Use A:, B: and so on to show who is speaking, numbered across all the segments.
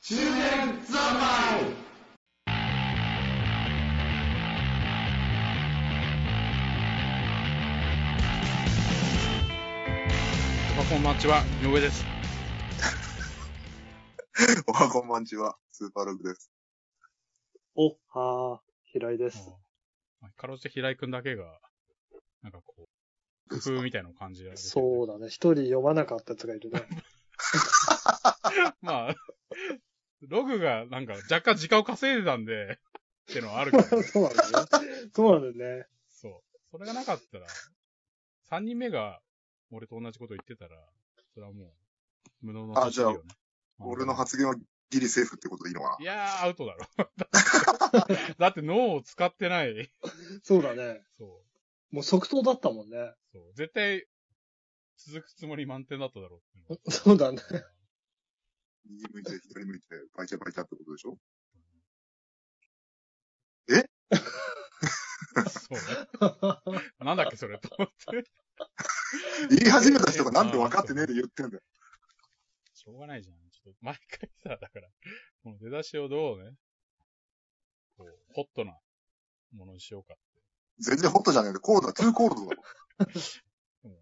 A: 中年三昧
B: まあこんばんちは、井上です。
C: おはこんばんちは、スーパーログです。
D: お、はー、平井です。
B: まあかろうじて平井くんだけが、なんかこう、工夫みたいなのを感じられてて
D: そうだね。一人読まなかったやつがいるね。
B: まあ、 ログがなんか若干時間を稼いでたんで、ってのはあるけど、
D: そうなんだよね。 そうなんだよね。
B: そう。それがなかったら、3人目が俺と同じこと言ってたら、それはもう、無能の
C: あじゃあ
B: 年だよね
C: 俺の発言はギリセーフってことでいいのか
B: いやー、アウトだろ。 だってだって脳を使ってない。
D: そうだね。
B: そう。
D: もう即答だったもんね。
B: そう。絶対、続くつもり満点だっただろうっていうのは
D: そうだね。
C: な右向いて、左向いて、バイチャバイチャってことでしょえ
B: そうね。なんだっけ、それ、と思って。
C: 言い始めた人がなんで分かってねえで言ってんだよ。
B: しょうがないじゃん。ちょっと、毎回さ、だから、この出だしをどうね、こう、ホットなものにしようか。
C: 全然ホットじゃねえんだよコールドだ、トゥーコールドだろ。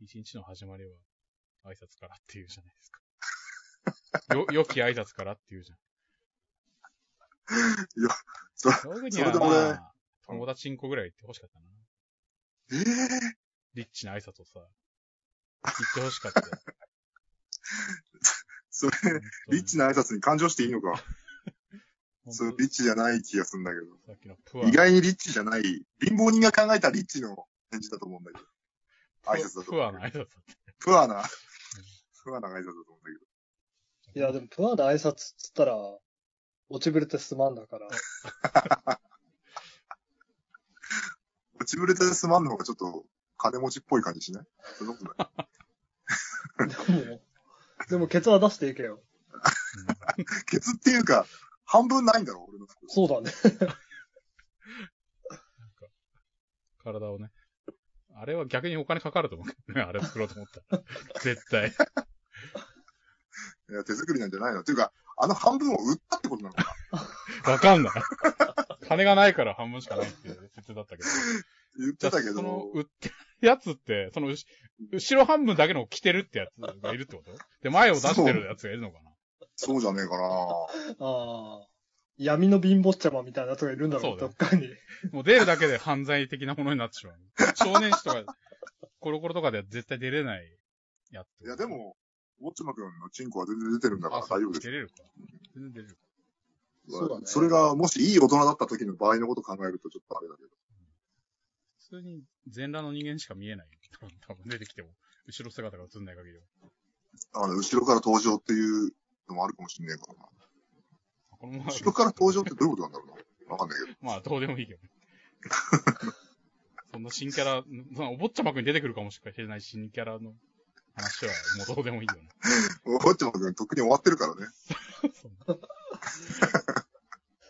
B: 一日の始まりは、挨拶からっていうじゃないです か。よ、良き挨拶からっていうじゃん。
C: いやそれ
B: ログには、
C: それで
B: ま
C: もね
B: あ、友達んこぐらい言ってほしかったな。
C: ええ
B: リッチな挨拶をさ、言ってほし かった。
C: それ、リッチな挨拶に感情していいのか。
B: 本当
C: そ
B: に
C: れ、リッチじゃない気がするんだけど。
B: さっきのプア
C: 意外にリッチじゃない、貧乏人が考えたリッチの返事だと思うんだけど。挨拶だと
B: プ
C: 思
B: ア
C: う
B: の。挨拶だっ
C: プアな、プアな挨拶だと思うんだけど。
B: た。
D: いや、でも、プアな挨拶っつったら、落ちぶれてすまんだから。
C: 落ちぶれてすまんの方がちょっと金持ちっぽい感じしないそんなことない。
D: でも、でもケツは出していけよ。
C: ケツっていうか、半分ないんだろ、俺の服。
D: そうだね。
B: 体をね。あれは逆にお金かかると思うけどね。あれ作ろうと思ったら。 絶対。
C: いや、手作りなんじゃないのっていうか、あの半分を売ったってことなのかな
B: わかんない。金がないから半分しかないっていう設定だったけど。
C: 言ってたけ
B: じゃあその
C: ど、
B: 売ってるやつって、そのうし後ろ半分だけのを着てるってやつがいるってことで、前を出してるやつがいるのか
C: そうじゃねえかな
D: ああ。闇の貧乏ちゃまみたいなやつがいるんだろ、
B: そううだ
D: ど
B: よ
D: っかに。
B: なもう出るだけで犯罪的なものになってしまう。少年誌とか、コロコロとかでは絶対出れないやつ。
C: いや、で、も、ウォッチマ君のチンコは全然出てるんだから
B: あ、そ
C: 大丈
B: う
C: 夫で
B: 出
C: す。
B: れるか。全然出れるか。
D: そうだね
C: それが、もしいい大人だった時の場合のこと考えるとちょっとあれだけど。
B: 普通に全裸の人間しか見えない。多分出てきても、後ろ姿が映んない限りは。
C: あの、後ろから登場っていうのもあるかもしんねえからな。
B: このまま
C: 後ろから登場ってどういうことなんだろうな。わかんないけど。
B: まあ、どうでもいいけど。そんな新キャラ、そのお坊ちゃまくに出てくるかもしれない新キャラの話はもうどうでもいいよね。
C: ウォッチマ君、とっくに終わってるからね。
B: そんな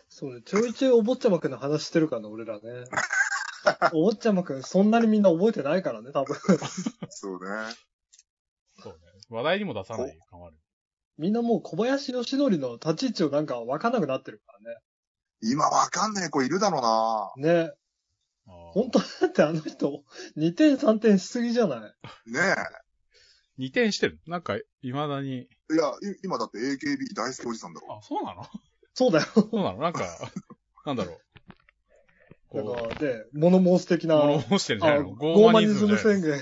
D: そうね。ちょいちょいお坊ちゃまくんの話してるからね、俺らね。 お坊ちゃまくん、そんなにみんな覚えてないからね、多分。
C: そうね。
B: そうね。話題にも出さない感はある。
D: みんなもう小林義則の立ち位置をなんか分かんなくなってるか
C: 今わかんない子いるだろうな
D: らね。ね。
B: あー
D: 本当だってあの人、2点3点しすぎじゃない
C: ね
B: 二転してる。なんか、未だに。
C: え。いや、い今だって AKB 大好きおじさんだろ。
B: あ、そうなの
D: そうだよ。
B: そうなのなんか、なんだろう。
D: だか
B: こ
D: ら、で、物申す的
B: う、
D: な、
B: 物申してるんじゃないの
D: ゴーマニズム
B: じゃな
D: 宣
B: いの
D: 言、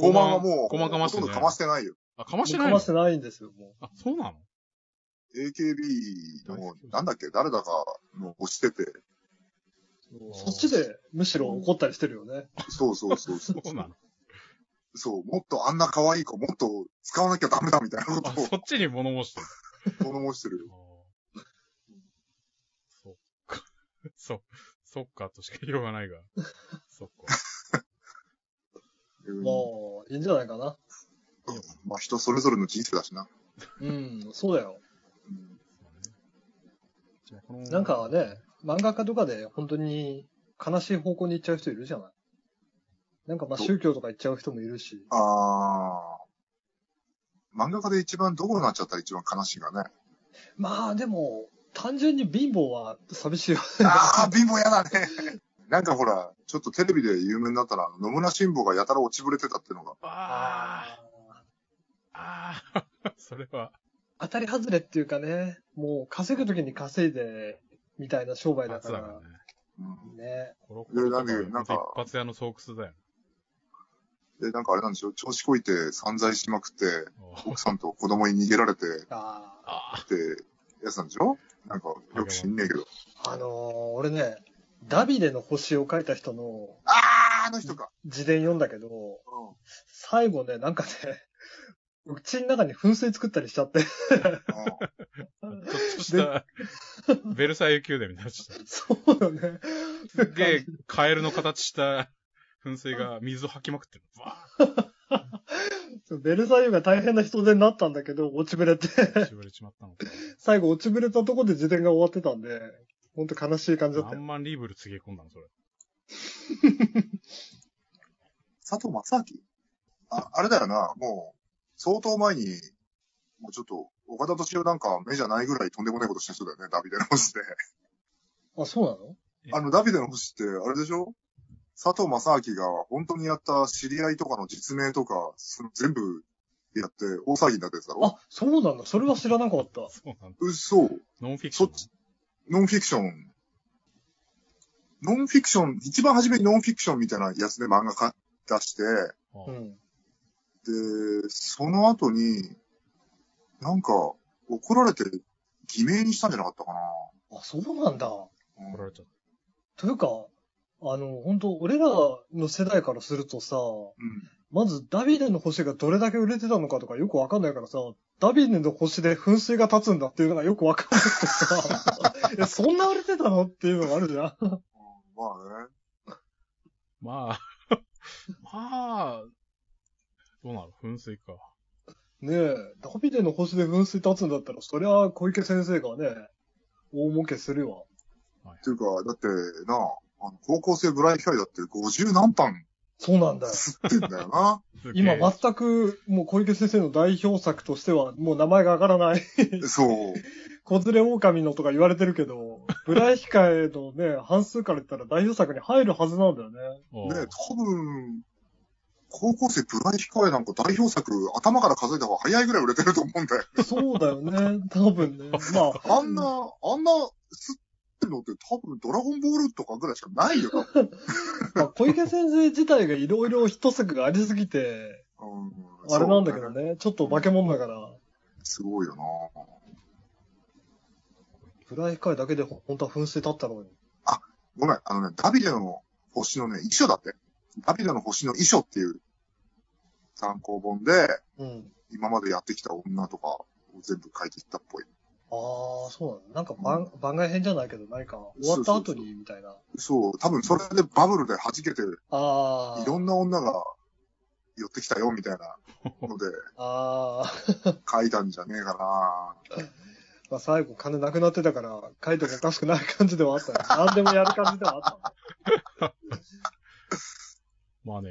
C: 5万はもう、
B: ごまかましてん
C: ほ
B: じゃない
C: とんどか
B: の
C: ましてないよ。
B: あ、かましてない
D: か
B: の
D: ましてないんですよ、も
B: あ、そうなの
C: AKB
B: 大好
C: の
B: きおじ、さ
C: なんんだっけ、誰だかの推してて。
D: う。そっちで、むしろ怒ったりしてるよね。
C: そうそうそうそ う。
B: そうなの
C: そう、もっとあんな可愛い子、もっと使わなきゃダメだみたいなこ
B: あ、
C: と
B: そっちに物申してる。
C: を物申してるよ。
B: そっか。 そ、そっかとしか言いようが ないが。そっか。
C: うん
D: もう、いいんじゃないかな。
C: まあ人それぞれの人生だしな。
D: うん、そうだよ。
C: うん
B: じゃあこの
D: なんか、ね、漫画家とかで本当に悲しい方向に行っちゃう人いるじゃないなんかまあ宗教とか行っちゃう人もいるし。
C: あー。漫画家で一番どこになっちゃったら一番悲しいがね。
D: まあでも、単純に貧乏は寂しいよ。
C: ああ、貧乏やだね。なんかほら、ちょっとテレビで有名になったら、野村新坊がやたら落ちぶれてたっていうのが、
B: ああ、ああ、それは。
D: 当たり外れっていうかね、もう稼ぐときに稼いで、みたいな商売だ
B: 夏
D: か
B: だから
D: ら。
B: ね。
C: うん
D: ね。
B: コロコロとか
C: いやなんか
B: 一発屋の巣窟だよ。
C: で、なんかあれなんでしょう、調子こいて散財しまくって、
B: おう
C: 奥さんと子供に逃げられて、
D: ああ。
B: あ
C: ってやつなんでしょなんか、よく知んねえけど。
D: あのー、俺ね、ダビデの星を書いた人の
C: あー、あの人か。
D: 自伝読んだけど、
C: うん。
D: 最後ね、なんかね、うちの中に噴水作ったりしちゃって、
C: う
B: あ、ち
C: ん
B: ょっとした、ベルサイユ宮殿みたいになっちゃった。
D: そうよね。
B: すっげえ、カエルの形した噴水が水を吐きまくってる。バ
D: ベルサイユが大変な人手になったんだけど、落ちぶれて、
B: ーッ絞れちま ったのか。
D: 最後落ちぶれたとこで自伝が終わってたんで、ほんと悲しい感じだったよ
B: 何万リーブルつぎ込んだの、それ。
C: 佐藤正明あ、あれだよな、もう、相当前に、もうちょっと、岡田敏夫なんか目じゃないぐらいとんでもないことした人だよね、ダビデの星で。
D: あ、そうなの
C: あの、ダビデの星って、あれでしょ佐藤正明が本当にやった知り合いとかの実名とか、その全部やって大騒ぎになったやつだろ
D: あ、そうなんだ。それは知らなかった。
B: そうなんだ。
C: 嘘。
B: ノンフィクシ
C: そ
B: ョ
C: っ
B: ン。
C: ち、ノンフィクション。ノンフィクション、一番初めにノンフィクションみたいなやつで漫画か出して、
B: あ
D: うん。
C: で、その後に、なんか、怒られて偽名にしたんじゃなかったかな。
D: あ、そうなんだ。
C: うん
B: 怒られちゃっ
D: というか、あの、本当俺らの世代からするとさ、まずダビデの星がどれだけ売れてたのかとかよくわかんないからさ、ダビデの星で噴水が立つんだっていうのがよくわかんなくて さ、えそんな売れてたのっていうのがあるじゃん。
C: うん。まあね。
B: た。まあ、 まあ、どうなの噴水か。
D: ねえ、ダビデの星で噴水立つんだったら、そりゃ小池先生がね、大儲けするわ。
C: っていうか、だって、なあ、あの高校生ブライ光だって50何パ
D: そうなんだよ。
C: 吸ってんだよな。
B: すげえ
D: 今全く、もう小池先生の代表作としては、もう名前が上がらない。
C: そう。
D: 子連れ狼のとか言われてるけど、ブライヒカエのね、 半数から言ったら代表作に入るはずなんだよね。
B: おう
C: ね、多分、高校生ブライ光なんか代表作頭から数えた方が早いぐらい売れてると思うんだよ。
D: そうだよね、多 分ね。まあ、
C: あんな、あんな吸ってるのって多分ドラゴンボールとかぐらいしかないよ、多分。
D: まあ小池先生自体がいろいろ一作がありすぎて、
C: うん
D: あれなんだけど。
C: そう
D: ね、ちょっと化け物だから、
C: すごいよな
D: ブライヒカエだけで本当は噴水立ったのに。
C: ごめん、あのね、ダビデの星のね、遺書だって。ダビデの星の遺書っていう参考本で、
D: うん。
C: 今までやってきた女とかを全部書いていったっぽい。
D: ああ、そうなの。なんか番、番外編じゃないけど、何か終わった後にみたいな。
C: そう、多分それでバブルで弾けて、い
D: ああ。
C: ろんな女が寄ってきたよ、みたいなので
D: ああ。
C: 書いたんじゃねえかな
D: まあ最後金なくなってたから、書いてもおかしくない感じではあった よ。何でもやる感じではあったの。
B: まあね、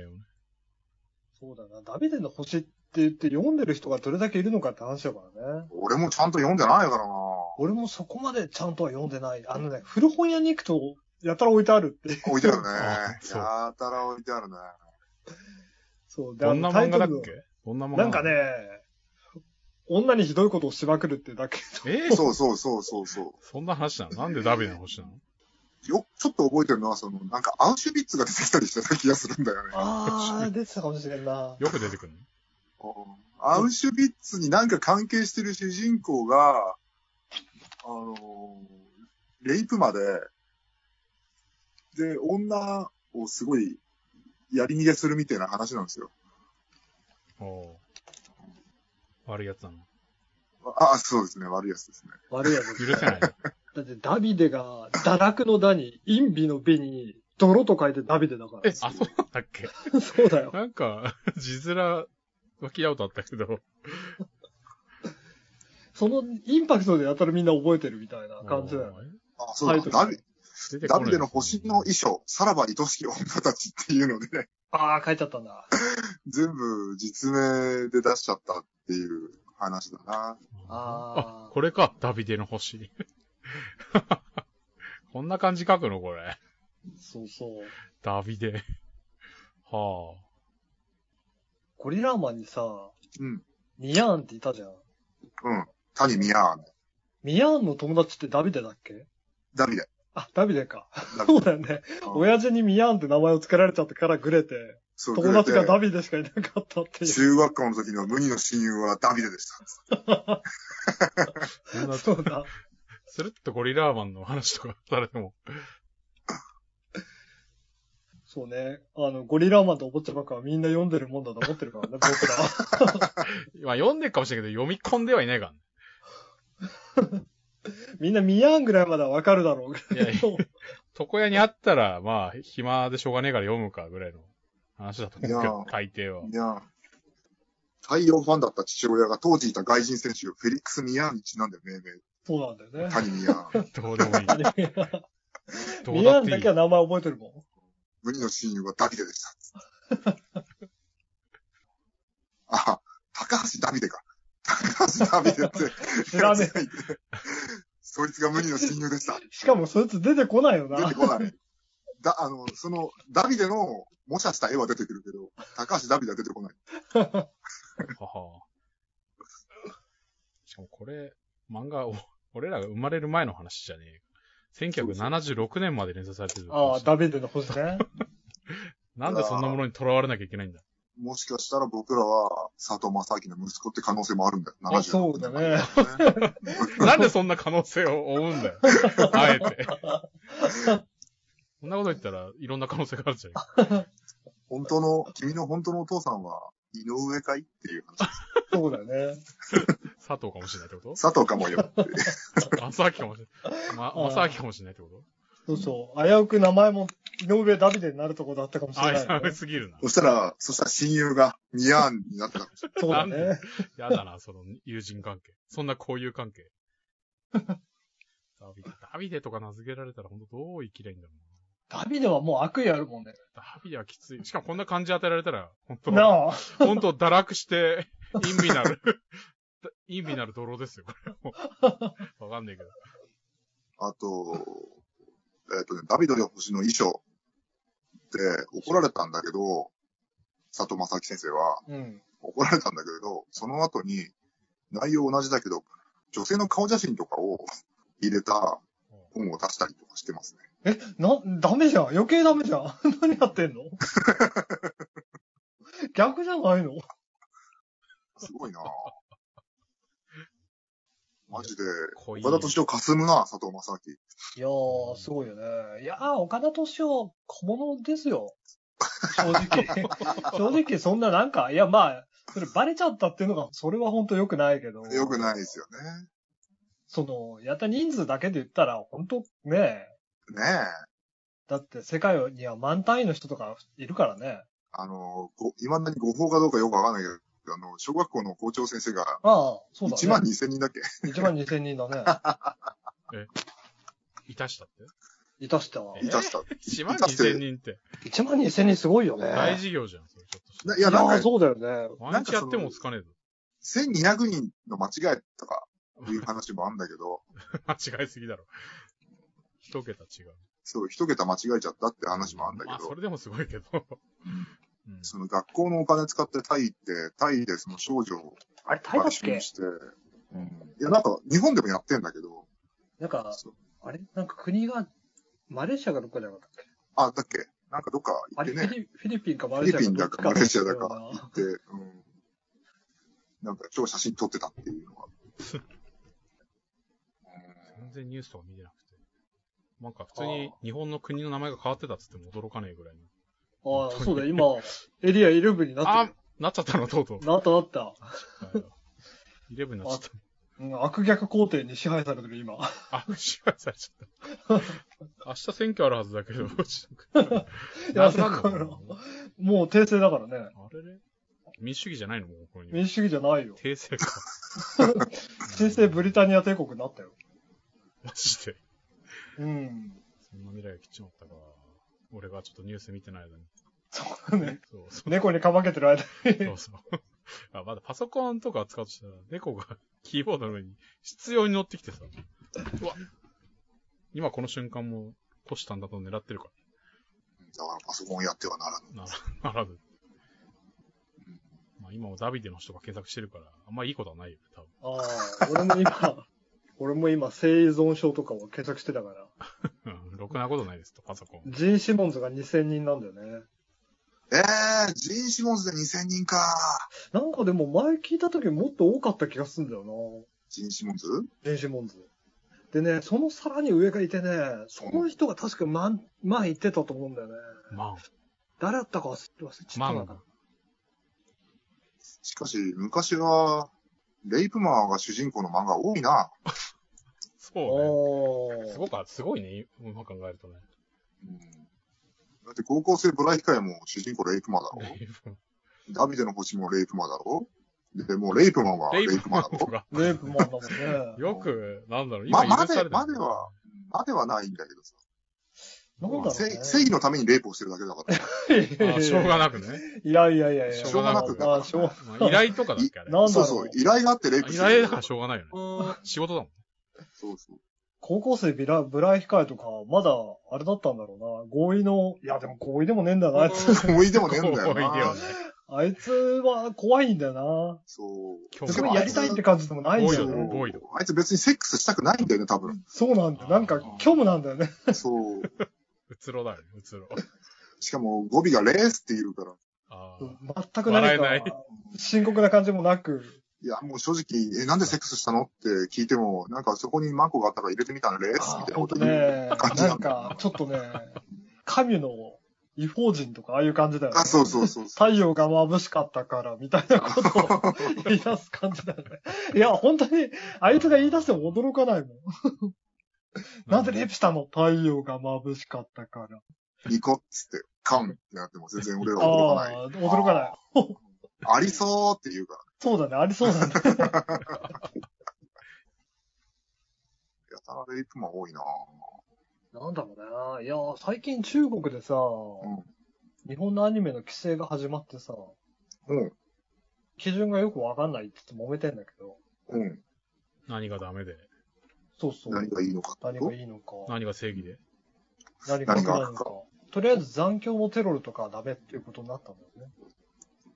D: そうだな。ダビデの星って言って読んでる人がどれだけいるのかって話だからね。
C: 俺もちゃんと読んでないからな
D: 俺もそこまでちゃんとは読んでない。あのね、古本屋に行くと、やたら置いてあるっていう。
C: 置いてあるね
B: あ。そう
C: やたら置いてあるね。
D: そう。で
B: どんな漫画だっ
D: あのタイト
B: けどんな漫
D: ルの
B: 画
D: なんかね、女にひどいことをしまくるってだけ
B: え ー、そ
C: そうそうそうそうそう。
B: そんな話なのなんでダビデの星なの
C: よ、ちょっと覚えてるのは、その、なんか、アウシュビッツが出てきたりしてた気がするんだよね。
D: ああ、 出てたかもしれんな。
B: よく出てくるの
C: アウシュビッツになんか関係してる主人公が、あのーレイプまで、で、女をすごい、やり逃げするみたいな話なんですよ。
B: おう悪いやつなの。
C: あ、あそうですね、悪いやつですね。
D: 悪いやつ。
B: 許せない。
D: だってダビデが、堕落のダに、陰美の美に、泥と書いてダビデだか
B: え
D: ら。、
B: あ、そうなんだっけ
D: そうだよ。
B: なんか、字面、湧き合うとあったけど。
D: そのインパクトでやたらみんな覚えてるみたいな感じだよね。
C: あ、そう
D: タイト
C: だ、
D: ル
C: ダビ
B: 出てこ
C: ダ
B: ない
C: ビデの星の衣装、さらば愛しき女たちっていうので、
D: ああ、書いちゃったんだ。
C: 全部実名で出しちゃったっていう話だな。
D: あー
B: これか、ダビデの星。 こんな感じ書くのこれ。
D: そうそう。
B: ダビデ。はあ。
D: ゴリラマンにさ、
C: うん。
D: ミヤーンっていたじゃん。
C: うん。谷ミヤーン。
D: ミヤーンの友達ってダビデだっけ
C: ダビデ。
D: あ、ダビデか。
C: ダビ
D: そう
C: デ。
D: だよね。
C: うん
D: 親父にミヤーンって名前を付けられちゃってからグレて、
C: そう
D: 友達
C: グ
D: が
C: レ
D: ダビデしかいなかったって
C: て
D: いう。
C: 中学校の時の無二の親友はダビデでした。
B: そんな、
D: そうだ。
B: スルッとゴリラーマンの話とかされても。
D: そうね。あの、ゴリラマンとお坊ちゃまかはみんな読んでるもんだと思ってるからね、僕らは。
B: まあ読んでるかもしれないけど、読み込んではいないからね。
D: みんなミヤーンぐらいまではわかるだろうぐらい
B: いやい
D: の。
B: 床屋にあったら、まあ、暇でしょうがねえから読むかぐらいの話だと思うけ
C: いや
B: ど、大抵は。
C: ミヤーン。太陽ファンだった父親が当時いた外人選手、フェリックス・ミヤーンにちなんだよ、命
D: そうなんだよ
C: 名。
D: ね。
C: 谷ミヤーン。
B: どうでもいい。どう
D: ミヤ
B: だっ
D: ーン
B: てい
D: だ
B: い
D: け。は名前覚えてるもん。
C: 無二の親友はダビデでした。 あ、高橋ダビデか。高橋ダビデって。
D: 知 らね
C: え。そいつが無二の親友でした。
D: しかもそいつ出てこないよ
C: 出
D: な
C: て。こない。だ、あの、その、ダビデの模写した絵は出てくるけど、高橋ダビデは出てこない。
B: はは。しかもこれ、漫画、お俺らが生まれる前の話じゃねえよ。1976年まで連載されてる。
D: ああ、ダビデの星 ね。
B: なんでそんなものに囚われなきゃいけないんだ。
C: もしかしたら僕らは佐藤正明の息子って可能性もあるんだよ。
D: あそうだね。
C: 76ね。
B: なんでそんな可能性を追うんだよ。あえて。そんなこと言ったら、いろんな可能性があるじゃん。
C: 本当の、君の本当のお父さんは井上かいっていう話。
D: そうだよね。
B: 佐藤かもしれないってこと
C: 佐藤かもよって。
B: 正明かもしれない。ま、正明かもしれないってこと
D: そうそう。危うく名前も井上ダビデになるとこだったかもしれ
B: あ、
D: ない
B: や
D: よ
B: べ
D: ね。
B: すぎるな。
C: そしたら、そしたら親友がミヤーンになったかもしれ
D: そうだ
B: な
D: ね。
B: やだな、その友人関係。そんな交友関係。ダビデ、ダビデとか名付けられたら本当どう生きれいいんだろう
D: ダビデはもう悪意あるもんね。
B: な。ダビデはきつい。しかもこんな感じ与えられたら、本当
D: なあ。
B: 本当堕落して、陰微なる、陰微なる泥ですよ、これもう。わかんないけど。
C: ない。あと、えっ、とね、ダビドの星の衣装って怒られたんだけど、佐藤正明先生は
D: うん。
C: 怒られたんだけど、その後に内容同じだけど、女性の顔写真とかを入れた本を出したりとかしてますね。
D: え、な、ダメじゃん。余計ダメじゃん。 何やってんの逆じゃないの
C: すごい なぁマジで、
B: 濃い
C: 岡田敏夫かすむな、佐藤正明。
D: いやー、すごいよね。いやー、岡田敏夫、小物ですよ。正直。 正直、そんななんか、いや、まあ、それバレちゃったっていうのが、それは本当良くないけど。
C: よくないですよね。
D: その、やった人数だけで言ったら、本当ねえ、
C: ねえ。
D: だって世界には満単位の人とかいるからね。
C: あの、ご、未だに誤報かどうかよくわかんないけど、あの、小学校の校長先生が、
D: ああ、そうだね。
C: 1万2000人だっけ、
D: 1万2000人だ ね。
B: いたしたって
D: いたした。
B: え
C: いたした。
B: 1万
C: いたして
B: 2000人って。
D: 1万2000人すごいよね。
B: 大事業じゃん、それちょっとした
C: な
B: ら
C: いや、なん
D: ああ、
C: か、
D: そうだよね。
B: 毎日やってもつかねえぞ。
C: 1200人の間違えとか、いう話もあんだけど、
B: 間違いすぎだろ。一桁違う。
C: そう、一桁間違えちゃったって話もあんだけ
B: まあ、
C: ど
B: そ、れでもすごいけど。 うん
C: その学校のお金使ってタイ行って、タイでその少女を
D: あれ、タイだっ
C: 買
D: け
C: 収して、うんいや、なんか、日本でもやってんだけど、
D: なんか、
C: そう
D: あれなんか国が、マレーシアがどこじゃなかったっけ
C: あ、だっけなんかどっか行
D: あ
C: っ
D: れ
C: て
D: フ
C: ね
D: ィ、リ、フィリピンかマ
C: フ
D: レ
C: ィ
D: ーシ
C: リ
D: ア
C: ピン
D: ど
C: だ
D: っ
C: か
D: か
C: マレーシア
D: だ
C: だ
D: った
C: か
D: よな
C: 行って、うん。なんか、今日写真撮ってたっていうのは。
B: 全然ニュースとか見てなくて。なんか普通に日本の国の名前が変わってたっつっても驚かねえぐらいの。
D: ああ、そうだよ、今、エリア11になっ
B: あ
D: て
B: なっちゃったの、とうとう
D: る。。なったなった。
B: イレブンになっちゃっ
D: うん悪逆皇帝に支配されてる、今。
B: た。あ、支配されちゃった。明日選挙あるはずだけど、
D: や
B: なぜなのかな
D: だもう訂正だからね。
B: あれれ民主主義じゃないのもうこれに。
D: 民主主義じゃないよ。
B: 訂正か。
D: 新生ブリタニア帝国になったよ。
B: マジで。
D: うん。
B: そんな未来が来ちまったか。俺がちょっとニュース見てない間に。
D: そうだね。
B: そう、そう
D: 猫にかまけてる間に。
B: そうそう。あ、まだパソコンとか扱うとしたら、猫がキーボードの上に必要に乗ってきてさ、うわ、今この瞬間も、虎視眈々と狙ってるか
C: だからパソコンやってはならぬ。
B: ら、ならず。まあ今もダビデの人が検索してるから、あんまいいことはないよね、多分。
D: ああ、俺も今、 俺も今、生存症とかを検索してたから、
B: うんろくなことないですと、パソコン。
D: ジン・シモンズが2000人なんだよね。
C: えー、ジーン・シモンズで2000人か。
D: なんかでも前聞いた時もっと多かった気がするんだよ
C: ジーン・シモンズ
D: な、ジン・シモンズ。でね、そのさらに上がいてね、その人が確か万、万言ってたと思うんだよね。
B: マン。
D: 誰だったか忘れ忘れちゃった
B: マ
D: な。
B: ン。
C: しかし、昔は、レイプマーが主人公の漫画多いな。
B: そう
D: お
B: ね。すごく、すごいね、今考えるとね。
C: うん、だって高校生ブラヒカヤも主人公レイプマーだろ。ダビデの星もレイプマンだろで、もうレイプマンは
B: レ
C: レ
B: イ
C: イ
B: プ
C: プ
B: マ
C: マ
B: ン
C: ン
B: と
C: だろ
B: か。
D: レイプマンだもん ね。
B: よく、なんだろう、
C: ま
B: 今
C: あ、ま
B: 許
C: で
B: され、て
C: までは、まではないんだけどさ。
D: なんだろう、ね。
C: 正正 義のためにレイプをしてるだけだから。
B: まあしょうがなくね。
D: いやいやいやいや。
B: しょうがなく
D: ああ、しょう
B: まあ依頼とかだっけ、あれ。
D: なんだろう。
C: そうそう、依頼があってレイプ
B: 依
C: してる
B: 頼だからしょうがないよね。仕事だもん。
C: そうそう。
D: 高校生ビラ、ブラ控えとか、まだ、あれだったんだろうな。合意の、いやでも合意でもねえんだな、あいつ。
C: 思い出もねえんだ
B: こう
C: よ
B: いうよ
C: な
B: ね。
D: あいつは怖いんだよ
C: そう。
B: 興
D: な。
B: 味
D: す
B: そ
D: ご
B: れ
D: いやりたいって感じでもないんだ
C: そ
D: よ
C: う
B: 多いよね
D: ね。
B: ボイド
C: あいつ別にセックスしたくないんだよね、多分。
D: そうなんだよ。なんか、虚無なんだよね。
C: そう。
B: うつろだよね、うつろ。
C: しかも語尾がレースって言うから。
B: ああ。
D: 全く何
B: 笑え
D: か
B: ない、
D: 深刻な感じもなく。
C: いや、もう正直、え、なんでセックスしたのって聞いても、なんかそこにマンコがあったから入れてみたらレースみたいな
D: ほ
C: こ
D: ん
C: と
D: と
C: 言う。
D: ね、なんか、ちょっとね、神の異邦人とか、ああいう感じだよね。
C: あ、そうそうそうそう。
D: 太陽が眩しかったから、みたいなことを 言い出す感じだよね。いや、本当に、あいつが言い出しても驚かないもん。なんでレイプしたの太陽が眩しかったから。
C: ニコッつって、カンってなっても全然俺ら驚かない。
D: ああ、驚かない。
C: ありそうって言うから。
D: そうだね、ありそ うだね。
C: やたらレイプマン多いなぁ。
D: なんだろうね。いや、最近中国でさ、
C: ん
D: 日本のアニメの規制が始まってさ、
C: うん、
D: 基準がよくわかんないって言って揉めてんだけど。
C: うん。
B: 何がダメで、
D: そうそう。
C: 何がいいのかって
D: 何
C: こ
D: が
C: と
D: いいのか。
B: 何が正義で。
D: 何が悪くない
C: 何
D: の
C: が悪
D: か。とりあえず残響もテロルとかはダメっていうことになったんだよね。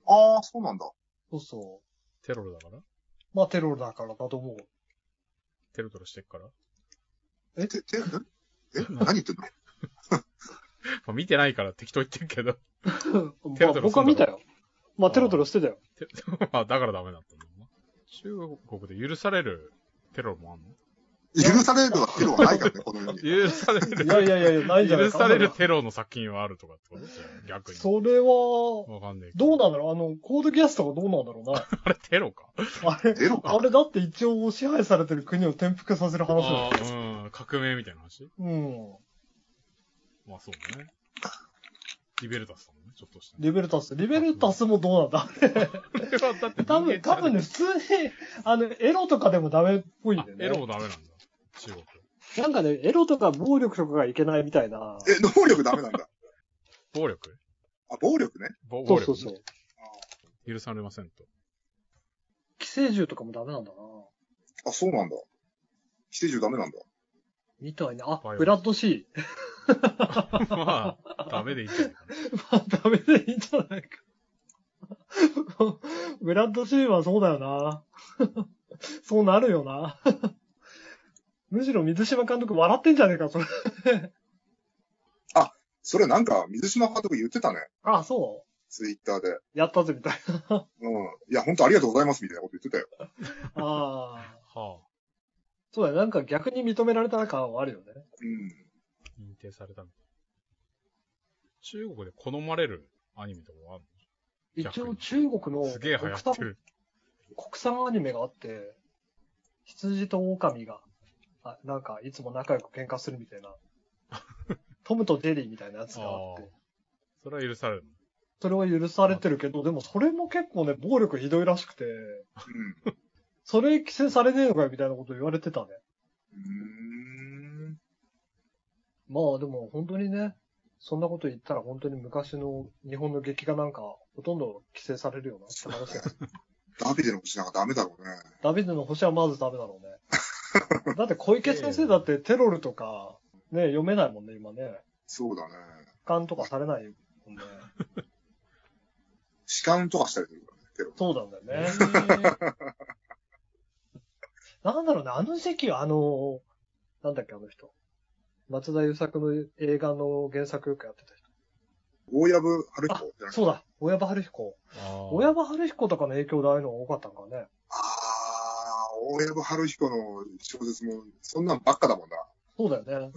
C: ああ、そうなんだ。
D: そうそ
B: テロルだから
D: う。まあテロだからだと思う。
B: テロテロしてっから
C: え、て、て、ええ何言ってんの
B: まあ見てないから適当言ってるけど。 テロテロする
D: まあ
B: んだろ
D: 僕は見たよ。まあテロテロしてたよ。
B: てまあだからダメだったんだろうな。中国で許されるテロもあんの
C: 許されるのはテロはないからね、この世 に。
B: 許され
D: いやい
B: る、
D: やいやいや、ないんじゃな
B: 許
D: いか
B: されるテロの作品はあるとかってことじゃあ逆に。
D: それは、
B: わかんないけ
D: どうなんだろうあの、コードギアスとかどうなんだろ うな。
B: あれテロか。
D: あれ、
C: テロ
D: あ
C: か。
D: れだって一応支配されてる国を転覆させる話だよ。
B: ああ、うん。革命みたいな話
D: うん。
B: まあそうね。リベルタスだもんね、ちょっとした。
D: リベルタス。リベルタスもどうなんだ
B: これはだって
D: 多分、多分ね、普通に、あの、エロとかでもダメっぽいん
B: あ
D: だよね。
B: エロもダメなんだ。中国。
D: なんかね、エロとか暴力とかがいけないみたいな。
C: え、能力ダメなんだ。
B: 暴力
C: あ、暴力ね。
B: ぼ暴
D: そう
B: 力、
D: そうそう。
B: 許されませんと。
D: 寄生獣とかもダメなんだな。
C: あ、そうなんだ。寄生獣ダメなんだ。
D: みたいな。あ
B: バイオレン、ス
D: ブラッド C。
B: まあ、ダメでいいんじゃないかな。
D: ダメでいいんじゃないか。 ブラッド C はそうだよな。 そうなるよな。 むしろ水島監督笑ってんじゃねえか、それ。
C: それなんか、水島監督言ってたね。
D: ああ、そ
C: ツイッターで。
D: う。やったぜ、みたい
C: うん。いや、本当ありがとうございます、みたいなこと言ってたよ。
D: な。ああ。
B: はあ、
D: そうだよ。なんか逆に認められた感はあるよね。
C: うん。
B: 認定されたみたいな。中国で好まれるアニメとかはある
D: 一
B: 逆
D: 応
B: に
D: 中国の
B: の
D: 国
B: すげえ流行
D: 産
B: ってる。
D: 国産アニメがあって、羊と狼が、あなんかいつも仲良く喧嘩するみたい な。トムとジェリーみたいなやつがあっ
B: あー
D: て。
B: それは許される
D: それは許されてるけど、でもそれも結構ね、暴力ひどいらしくて、それ規制されねえのかよみたいなこと言われてたね。
C: うん。うーん。
D: まあでも本当にね、そんなこと言ったら本当に昔の日本の劇画なんかほとんど規制されるよなって話や。
C: ダビデの星なんかダメだろうね。
D: ダビデの星はまずダメだろうね。だって小池先生だってテロルとか、ね、読めないもんね、今ね。
C: そうだね。
D: 俯瞰とかされないもんね。
C: 痴漢とかしたりするからね、テロ。
D: そうなんだよね。
B: ね。
D: なんだろうね、あの席はあの、なんだっけ、あの人。松田優作の映画の原作よくやってた人。
C: 大藪春
D: あ
C: 彦じゃ、なくて。
D: そうだ、小山春彦。小
B: 親
D: 山春彦とかの影響でああいうのが多かったんかね。
C: あー、大藪春彦の小説も、そんなんばっかだもんな。
D: そうだよね。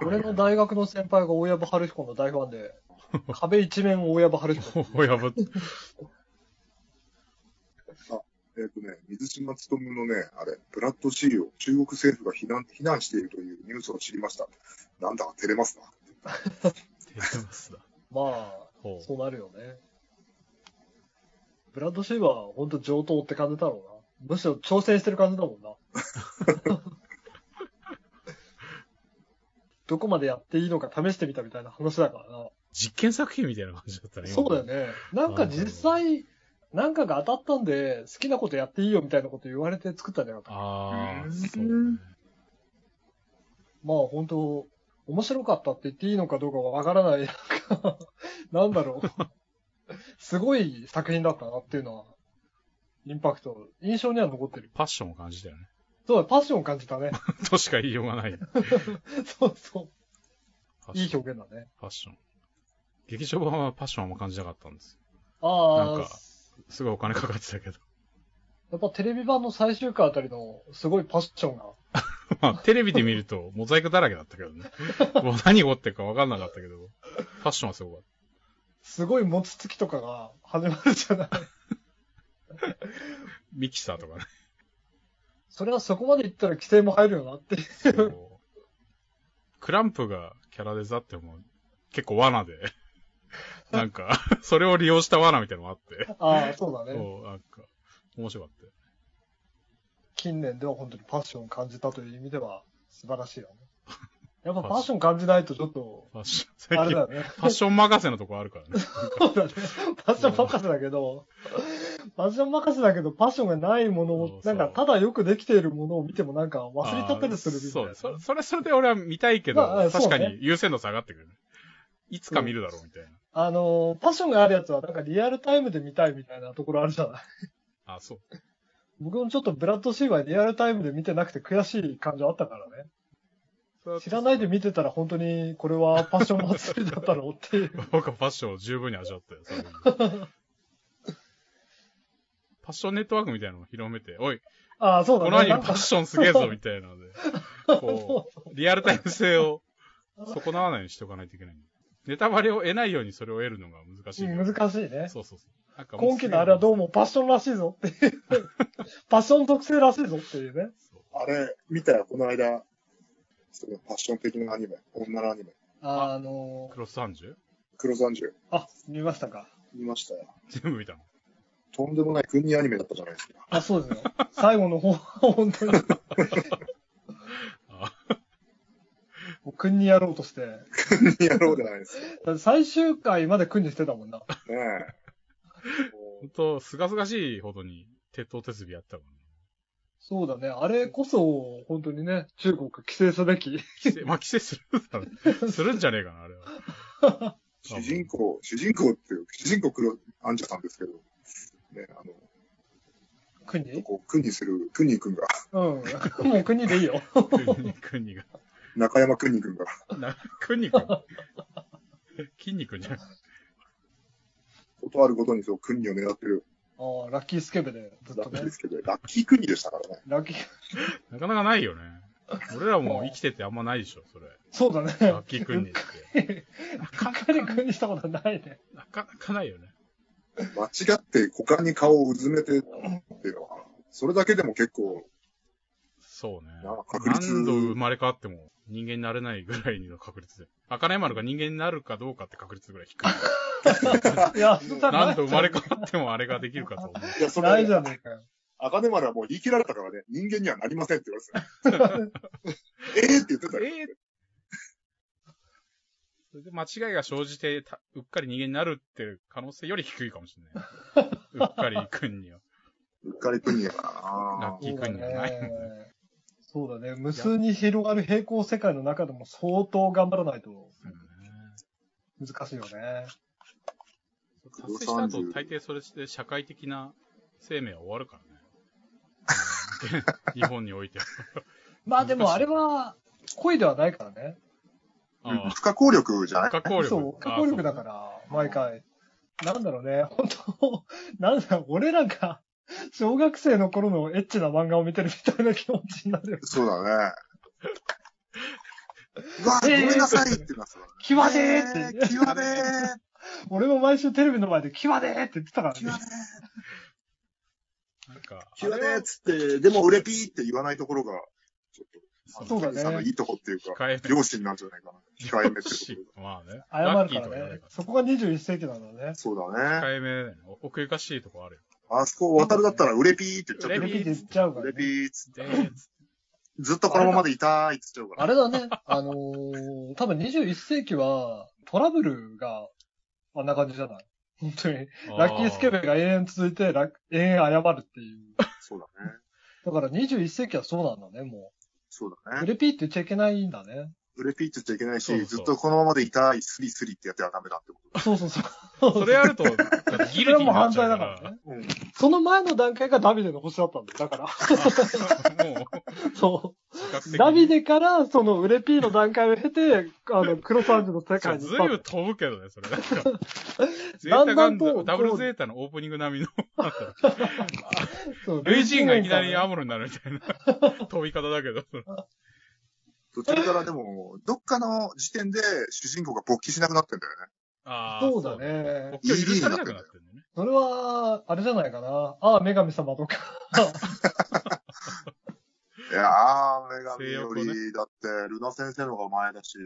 D: 俺の大学の先輩が大藪春彦の大ファンで、壁一面大藪春 彦。
B: 親ぶって。
C: えっ、とね、水島努のね、あれ、ブラッドシーを中国政府が非難非難しているというニュースを知りました。なんだか照れますな。
B: ますだ。
D: まあ、
B: ほう。
D: そうなるよね。ブラッドシーバーは本当上等って感じだろうな。むしろ挑戦してる感じだもんな。どこまでやっていいのか試してみたみたいな話だからな。
B: 実験作品みたいな感じだったね。
D: そうだよ。ね。なんか実際、なんかが当たったんで、好きなことやっていいよみたいなこと言われて作ったんじゃなかった。
B: あ
C: う
B: あ、
C: ん
B: そうね。
D: まあ本当、面白かったって言っていいのかどうかわからない、 なんかなんだろう。すごい作品だったなっていうのは、インパクト、印象には残ってる。
B: パッションを感じたよね。
D: そうだ、パッションを感じたね。
B: としか言いようがない。
D: そうそ
B: パッ
D: う。
B: ショ
D: い
B: ン
D: い表現だね。
B: パッション。劇場版はパッションあんま感じなかったんです。
D: ああ、
B: なんかすごいお金かかってたけど。
D: やっぱテレビ版の最終回あたりの、すごいパッションが。
B: まあ、テレビで見るとモザイクだらけだったけど ね。もう何をってるかわかんなかったけど、パッションはすごかっ
D: すごい餅つきとかが始まるじゃない。
B: た。ミキサーとかね。
D: それはそこまでいったら規制も入るよなっていう。
B: そうクランプがキャラデザっても結構罠 で、なんか、それを利用した罠みたいなのもあって、
D: ああ、そうだね。
B: そう、なんか、面白かったよ。
D: 近年では本当にパッションを感じたという意味では素晴らしいよね。 やっぱパッション感じないとちょっと、
B: パッション、最
D: あれ
B: 近
D: だ、よね。
B: パッション任せのとこあるからね。
D: そうだね。パッション任せだけど、パッション任せだけど、パッションがないもの
B: そ
D: を
B: う、そ
D: な
B: うん
D: かただよくできているものを見てもなんか忘れちゃったりするみたい
B: そう
D: な。
B: そ、 それはそれで俺は見たいけど、
D: まあそう
B: 確
D: ね
B: かに優先度下がってくるね。いつか見るだろうみたいな。
D: あの、パッションがあるやつはなんかリアルタイムで見たいみたいなところあるじゃない。
B: あ、そう。
D: 僕もちょっとブラッドシーはリアルタイムで見てなくて悔しい感情あったからね。
B: それは
D: 知らないで見てたら本当にこれはパッション祭りだったのっていう。
B: 僕はパッションを十分に味わったよ、そういう意 味でパッションネットワークみたいなのを広めて、おい、
D: ああ、そうだ
B: こ
D: ね。
B: のアニ
D: な
B: メ
D: ん
B: パ
D: か
B: ッションすげえぞ、みたいなの で、こう、リアルタイム性を損なわないようにしておかないといけない。ネタバレを得ないようにそれを得るのが難しい。
D: うん難しいね。
B: そうそうそう。なんかもう
D: 今期のあれはどうもパッションらしいぞっていう。パッション特性らしいぞっていうね。
B: そう
C: あれ、見たよ、この間。そのパッション的なアニメ、女のアニメ、
D: あの
B: クロス 30?
C: 黒三十
D: あ、見ましたか。
C: 見ましたよ。
B: 全部見たの。
C: とんでもない国アニメだったじゃないですか。
D: あ、そう ですよ。最後の方、本当に。も
B: あ
D: う君にやろうとして。
C: 国野郎じゃないです
D: だって最終回まで君にしてたもんな。
C: か。ねえ。
B: 本当すがすがしいほどに、鉄塔鉄尾やったもんね。
D: そうだね。あれこそ、本当にね、中国規制すべき。
B: 規制、まあ、規制するだろうねするんじゃねえかな、あれは。
C: 主人公、主人公っていう、主人公黒アンジャさんですけど、ね、あの、
D: 君 に
C: こう、君にする、君に君が、
D: うん。もう国でいいよ。
B: 国に、国にが。
C: 中山君に君が、
B: な、くにくん。筋肉じゃん。
C: ことあるごとにそう、君にを狙ってる、
D: ああ、ラッキースケベで、ずっ
C: ラ
D: と
C: ッキー
D: ね
C: で。すけど、ラッキー君にでしたからね。
D: ラッキー、
B: なかなかないよね。俺らも生きててあんまないでしょ、それ。
D: そうだね。
B: ラッキーくんにって。なかな
D: 彼君にしたことないね。
B: なかなかないよね。
C: 間違って股間に顔をうずめてっていうのは、それだけでも結構、
B: そうね
C: な。確率
B: 何度生まれ変わっても人間になれないぐらいの確率で。赤い丸が人間になるかどうかって確率ぐらい低い。
D: いや、そしたら
B: 何度生まれ変わってもあれができるかと思う。
C: いや、そ
D: ない
C: れ
D: じ、ゃねえかよ。
C: 赤根丸はもう言い切られたからね、人間にはなりませんって言われてた。ええって言ってたよ。
B: えーそれで間違いが生じてた、うっかり人間になるっていう可能性より低いかもしれない。うっかり君には。
C: うっかりくんやから
B: ラッ
C: な
B: キー君にはないもんね。
D: そうだね。無数に広がる平行世界の中でも相当頑張らないと
B: そうね
D: 難しいよね。
B: 達成した後、大抵それで社会的な生命は終わるからね。うん日本においては。
D: まあでもあれは恋ではないからね。
B: あ
C: 不可抗力じゃな
B: あ、
C: い
B: 不可抗力。
D: そう、不可抗力だ
B: ら。
D: から、毎回。なんだろうね、本当なんだろう、俺らが小学生の頃のエッチな漫画を見てるみたいな気持ちになるよ。
C: そうだね。うわ、ごめんなさいってなってたね。
D: 際でー って。
C: 際でー
D: 俺も毎週テレビの前で際でーって言ってたからね。
C: 際でー
B: そうなんか、
C: 際でーっつって、でも俺ピーって言わないところが、ちょっと、
D: そうだね
C: ケンジさんのいいとこっていうか、
B: 控え
C: 両親なんじゃないかな。控えめってこ
B: め。まあね。
D: 謝る
B: ラッキ
D: か
B: ーとか言
D: ら
B: わな
D: ね
B: いか。
D: そこが21世紀なんだね
C: と。。そうだね。
B: 控えめだよね。奥ゆかしいとこあるよ。
C: あそこ渡るだったら、売れピーって言っちゃって
D: テレ
B: 売
C: る。
D: ビで言っちゃうか
C: 売
D: ら
C: れピ
D: ね。
C: ーっつって。
B: で、
C: ずっとこのままでいたーいって言っちゃうか
D: あれだね、あのー、多分21世紀はトラブルがあんな感じじゃない本当に。ラッキースケベが延々続いて、ラ延々謝るっていう。
C: ら。そうだね。
D: だから21世紀はそうなんだね、も
C: そう
D: う。
C: だ
D: グ
C: ね。
D: レピーって言っちゃいけないんだね。
C: 売れピーって言っちゃいけない
B: そうそ
C: し、
B: う
C: ずっとこのままでいたーい、スリスリってやってはダメだってこ
D: そうそうそう。
B: あー。それやると、だってギル
D: それ
B: テ
D: は
B: ィーに
D: もう
B: なっ
D: 犯
B: ちゃ
D: 罪
B: う
D: だ
B: か。
D: かららね。
C: と。うん。
D: その前の段階がダビデの星だったんだよ。だから、
B: もう、
D: そ
B: 比較的
D: う。
B: に
D: ダビデから、その、ウレピーの段階を経て、あの、クロサージュの世
B: そう
D: 界に
B: ずい
D: 行ったんだ
B: ぶ
D: よ
B: ん飛ぶけどね、それ。なんかゼー
D: だんだ
B: タ
D: ん
B: ガン
D: こ
B: ダ、
D: う
B: ダブルゼータのオープニング並みの、 なんだろう
D: そう
B: ルイジーンがいきなり
D: ルイジーンがいきなり
B: アムロになるみたい な飛び方だけど。
C: 途中からでも、どっかの時点で主人公が勃起しなくなってんだよね。
B: あー
D: そうだ。ね。
B: 今日許されなくなってるんだよね。
D: それは、あれじゃないかな。ああ、女神様とか。
C: いやー、女
B: 性
C: 神よ
B: 欲を
C: り、だって、ルナ先生の方が前だし、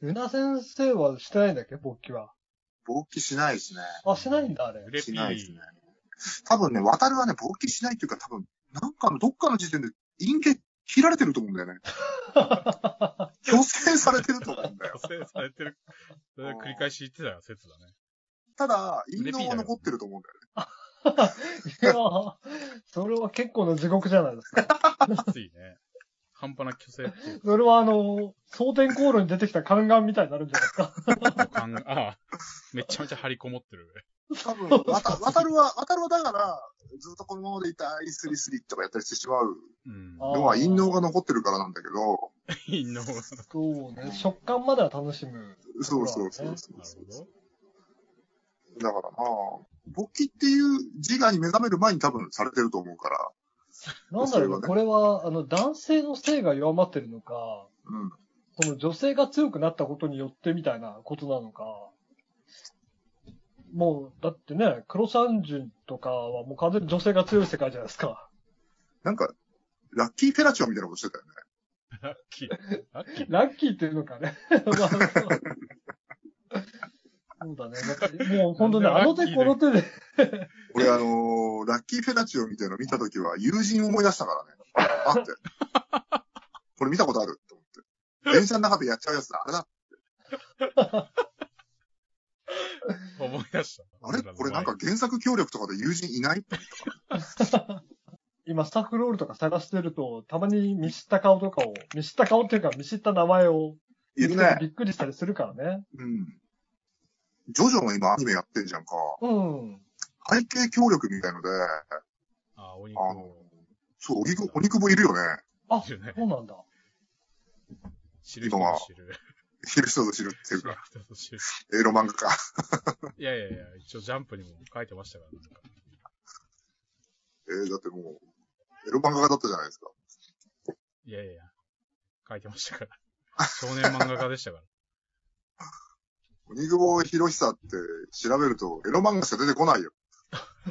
D: ルナ先生はしてないんだっけ勃起は。
C: 勃起しないですね。
D: あ、してないんだ、あれ。
B: グレピ
C: しないです
B: ー
C: ね。。多分ね、渡るはね、勃起しないっていうか、多分、なんかの、どっかの時点で、陰茎切られてると思うん だよね。強制されてると思うんだよ。
B: 蘇生されてる。それ繰り返し言ってたよ、説だね。
C: ただ、陰謀は残ってると思うんだよね。
D: いやーそれは結構の地獄じゃないですか。
B: ついね。半端な虚勢っていう
D: それはあの、蒼天航路に出てきた宦官みたいになるんじゃないですか。
B: か感が、ああ、めちゃめちゃ張りこもってる。
C: 多分、渡渡るは、渡るはだから、ずっとこのままでいたい、スリスリとかやったりしてしまう
B: うん。
D: あー
C: のは、陰謀が残ってるからなんだけど、
B: 陰謀が。
D: そうね。食感までは楽しむ。
C: そうそうそうそう
B: なる
C: そう
B: ほ。ど。
C: だからな、勃起っていう自我に目覚める前に多分されてると思うから、
D: なんだろ
C: それ
D: うね、
C: はね
D: これは、あの、男性の性が弱まってるのか、
C: うん。
D: その女性が強くなったことによってみたいなことなのか。もう、だってね、黒三十とかはもう完全に女性が強い世界じゃないですか。
C: なんか、ラッキーフェラチオみたいなことしてたよね。
B: ラッキー。ラッキー。
D: ラッキーっていうのかね。 まあそうそうだね。だってもう本当ね、
B: なんで
D: あ
B: ラ
D: の
B: ッキー
D: 手
B: で
D: この手で、
C: 俺あのーラッキーフェラチオみたいなの見たときは友人を思い出したからね。あって。 これ見たことあると思って。電車の中でやっちゃうやつだ。あれだ。
B: 思い出した。
C: あ れこれなんか原作協力とかで友人いない
D: 今スタッフロールとか探してると、たまに見知った顔とかを、見知った顔っていうか見知った名前を、
C: いるね。
D: びっくりしたりするからね。
C: うん。ジョジョも今アニメやってんじゃんか。
D: うん。
C: 背景協力みたいので、
B: あ、お肉
C: あの、そう、お肉、お肉もいるよね。
D: あ、
B: いるね
D: そうなんだ。
B: 知る人ぞ知る。
C: 知る人ぞ知るっていう
B: 知る
C: か、
B: 人ぞ知る。
C: エロ漫画か。
B: いやいやいや、一応ジャンプにも書いてましたから、なんか
C: えー、だってもう、エロ漫画家だったじゃないですか。
B: いやいやいや、書いてましたから。少年漫画家でしたから。
C: 鬼久保博久って調べると、エロ漫画しか出てこないよ。
B: そ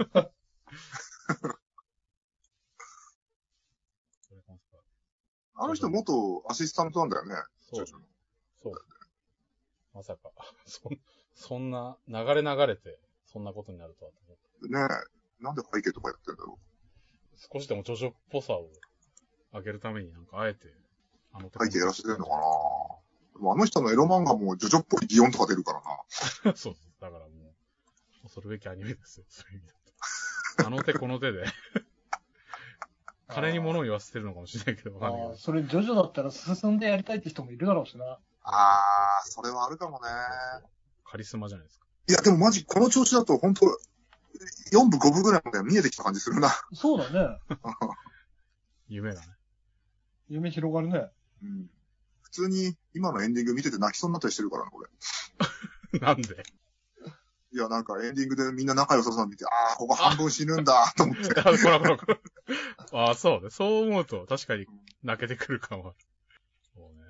B: れこそ
C: あの人元アシスタントなんだよね。
B: そう。そう。まさか、 そ、そんな、流れ流れて、そんなことになるとはと思って。
C: ねえ。なんで背景とかやってんだろ
B: 少しでもジョジョっぽさを上げるために、なんか、あえて、あの
C: う。背景やらせてんのかなでもあの人のエロ漫画もジョジョっぽい擬音とか出るから な。
B: そうです。だからもう、恐るべきアニメですよ。そういう意味だと。あの手この手 で、金に物を言わせてるのかもしれないけど、わかんないけ
D: あ
B: ど
D: あ、。それ、ジョジョだったら進んでやりたいって人もいるだろうしな。
C: あー、それはあるかもね。
B: カリスマじゃないですか。
C: いや、でもマジ、この調子だと、本当4部5部ぐらいまで見えてきた感じするな。
D: そうだね。
B: 夢がね。
D: 夢広がるね。
C: うん。普通に、今のエンディング見てて泣きそうになったりしてるからな、俺。
B: なんで
C: いや、なんかエンディングでみんな仲良さそうなの見て、ああ、ここ半分死ぬんだ、と思って。
B: あこらこらこら。ああ、そうね。そう思うと、確かに泣けてくる感はある。そうね。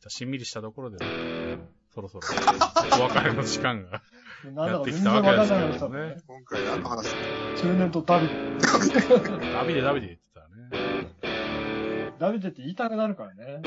B: じゃあ、しんみりしたところで、そろそろ、お別れの時間が。
D: なんだか
B: やって
D: 全
B: き
D: 然
B: た
D: わ
B: わけ
D: か
B: で
D: ん
B: す
D: な
B: け
D: い
B: れ
D: 話
B: ども
D: だった
B: ね
D: ね。
C: 今回何の話だ
D: 中年とダビデ。
B: ダビデダビデ言ってたね。
D: ダビデって言いたくなるからね。